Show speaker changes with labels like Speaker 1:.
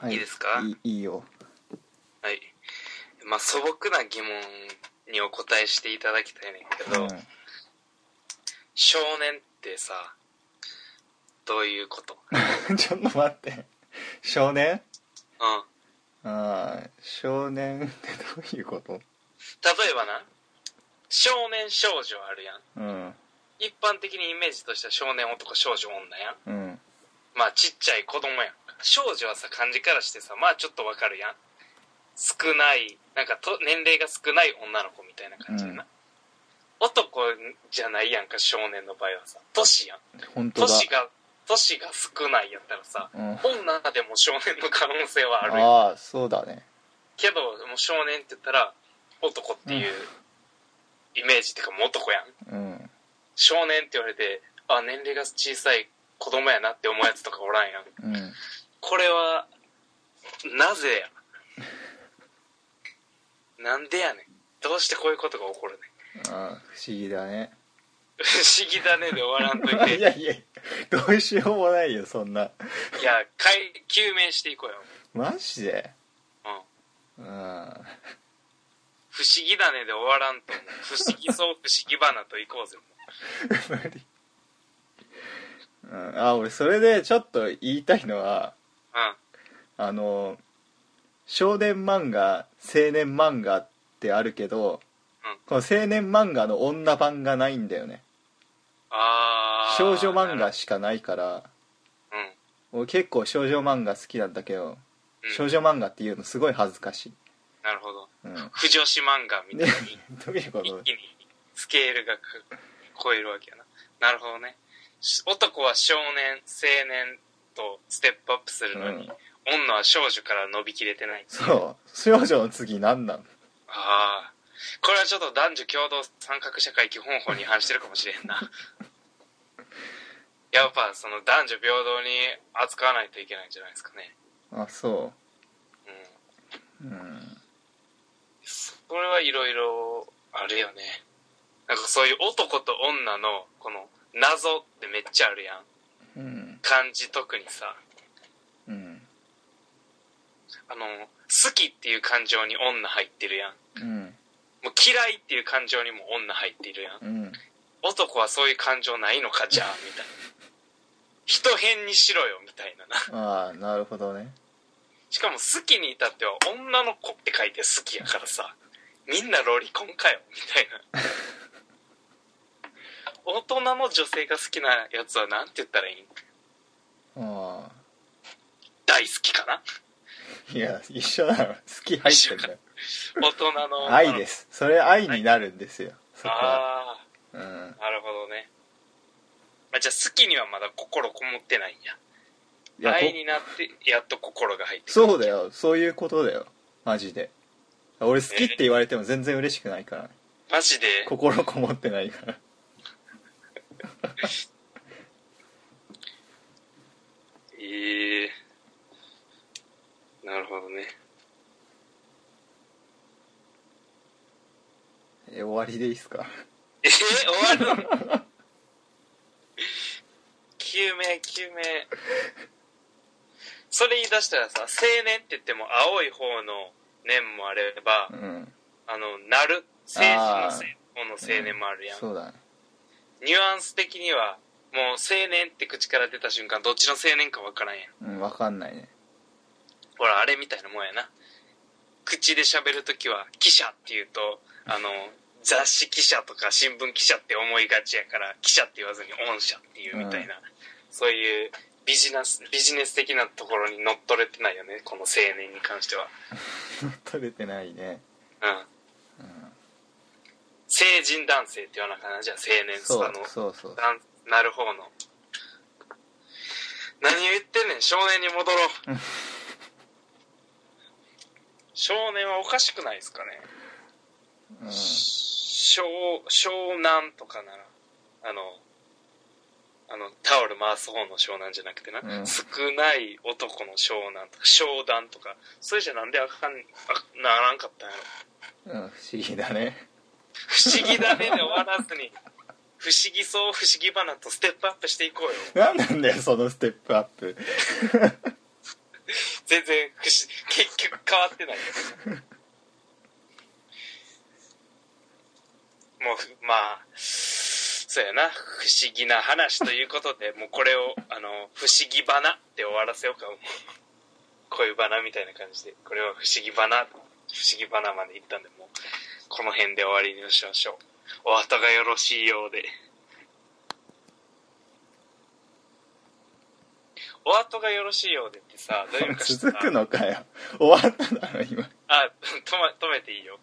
Speaker 1: はい
Speaker 2: いですか
Speaker 1: いいいよ
Speaker 2: はい。まあ、素朴な疑問にお答えしていただきたいねんけど、
Speaker 1: うん
Speaker 2: 少年ってさ、どういうこと
Speaker 1: ちょっと待って少年
Speaker 2: うん。
Speaker 1: ああ少年ってどういうこと
Speaker 2: 例えばな、少年少女あるやん。
Speaker 1: うん
Speaker 2: 一般的にイメージとしては少年男少女女やん。
Speaker 1: うん
Speaker 2: まあちっちゃい子供やん。少女はさ、漢字からしてさ、まあちょっとわかるやん。少ない、なんかと年齢が少ない女の子みたいな感じやな。男じゃないやんか、少年の場合はさ。年やん。
Speaker 1: 本当だ
Speaker 2: 年が、年が少ないやったらさ、
Speaker 1: うん
Speaker 2: 女でも少年の可能性はあるやん
Speaker 1: ああそうだね
Speaker 2: けど、もう少年って言ったら、男っていうイメージっていうか、もう男やん。
Speaker 1: うん
Speaker 2: 少年って言われて、あ、年齢が小さい子供やなって思うやつとかおらんやん。
Speaker 1: うん
Speaker 2: これは、なぜや。なんでやねん。どうしてこういうことが起こるねん。
Speaker 1: ああ不思議だね
Speaker 2: 不思議だねで終わらんと いて。
Speaker 1: いやいやどうしようもないよそんない
Speaker 2: や、解、究明していこうよ。
Speaker 1: マジでう
Speaker 2: うん。
Speaker 1: ん あ
Speaker 2: 不思議だねで終わらんと思う。不思議そう、不思議花と行こうぜ。
Speaker 1: あ俺それでちょっと言いたいのは
Speaker 2: うん。
Speaker 1: あの少年漫画青年漫画ってあるけど、
Speaker 2: うん
Speaker 1: この青年漫画の女版がないんだよね
Speaker 2: あー。
Speaker 1: 少女漫
Speaker 2: な
Speaker 1: 画
Speaker 2: る
Speaker 1: しかないから
Speaker 2: ほど。うん。
Speaker 1: 俺結構少女漫画好きなんだけど、
Speaker 2: うん
Speaker 1: 少女漫画っていうのすごい恥ずかしい、
Speaker 2: なるほど。
Speaker 1: うん、
Speaker 2: 不女子漫画みたいに、
Speaker 1: どういうこ
Speaker 2: 一
Speaker 1: と
Speaker 2: 気にスケールがか超えるわけやな。なるほどね。し男は少年、青年とステップアップするのに、女は少女から伸びきれてない。
Speaker 1: そう少女の次何なの
Speaker 2: ああ。これはちょっと男女共同参画社会基本法に違反してるかもしれんな。やっぱその男女平等に扱わないといけないんじゃないですかね。
Speaker 1: あそ
Speaker 2: うん。
Speaker 1: ううん
Speaker 2: それはいろいろあるよね。なんかそういう男と女のこの謎ってめっちゃあるやん。
Speaker 1: うん
Speaker 2: 漢字特にさ。
Speaker 1: うん
Speaker 2: あの、好きっていう感情に女入ってるやん。
Speaker 1: うん
Speaker 2: もう嫌いっていう感情にも女入ってるやん。
Speaker 1: うん
Speaker 2: 男はそういう感情ないのかじゃあみたいな人変にしろよみたいなな
Speaker 1: ああなるほどね
Speaker 2: しかも好きに至っては女の子って書いて好きやからさみんなロリコンかよみたいな大人の女性が好きなやつはなんて言ったらいいん
Speaker 1: あ
Speaker 2: 大好きかな
Speaker 1: あいや一緒なの好き入ってんだよ
Speaker 2: 大人の
Speaker 1: 愛ですすそれ愛になるんですよ、そこは
Speaker 2: あ
Speaker 1: うん
Speaker 2: あなるほどねまあじゃあ好きにはまだ心こもってないんや
Speaker 1: いやこ
Speaker 2: 愛になってやっと心が入ってくる
Speaker 1: そうだよそういうことだよマジで俺好きって言われても全然嬉しくないから、ね、
Speaker 2: マジで
Speaker 1: 心こもってないから
Speaker 2: ええなるほどね。
Speaker 1: え終わりでいいっすか
Speaker 2: えー、終わるの 救命、救命。それ言い出したらさ、青年って言っても青い方の年もあれば
Speaker 1: う、ん
Speaker 2: あの、なる、成人の
Speaker 1: あー
Speaker 2: せ方の青年もあるやん。
Speaker 1: そうだね
Speaker 2: ニュアンス的には、もう青年って口から出た瞬間、どっちの青年かわからんやん。
Speaker 1: うん分かんないね
Speaker 2: ほら、あれみたいなもんやな。口で喋るときは、記者って言うと、あの、雑誌記者とか新聞記者って思いがちやから、記者って言わずに御社っていうみたいな、そういうビジネス、ビジネス的なところに乗っ取れてないよね、この青年に関しては。
Speaker 1: 取れてないね
Speaker 2: うん。
Speaker 1: うん
Speaker 2: 成人男性って言わなあかんな、じゃあ青年
Speaker 1: そう
Speaker 2: あの、
Speaker 1: そうそう
Speaker 2: なんなる方の。何を言ってんねん、少年に戻ろう。少年はおかしくないですかね。
Speaker 1: うん
Speaker 2: 湘湘南とかならあのあのタオル回す方の湘南じゃなくてな、
Speaker 1: うん
Speaker 2: 少ない男の湘南とか湘南とかそれじゃなんであかんあならんかったんやろ
Speaker 1: うん、不思議だね
Speaker 2: 不思議だねで終わらずに不思議そう不思議花とステップアップしていこうよ
Speaker 1: 何なんだよそのステップアップ
Speaker 2: 全然不思結局変わってないもうふまあそうやな不思議な話ということで もうこれをあの不思議花って終わらせようかもう恋バナみたいな感じでこれは不思議花不思議花まで行ったんでもうこの辺で終わりにしましょうお後がよろしいようでお後がよろしいようでってさどういう意味か知ってた
Speaker 1: 続くのかよ終わっただろ今
Speaker 2: あ、止ま、止めていいよ。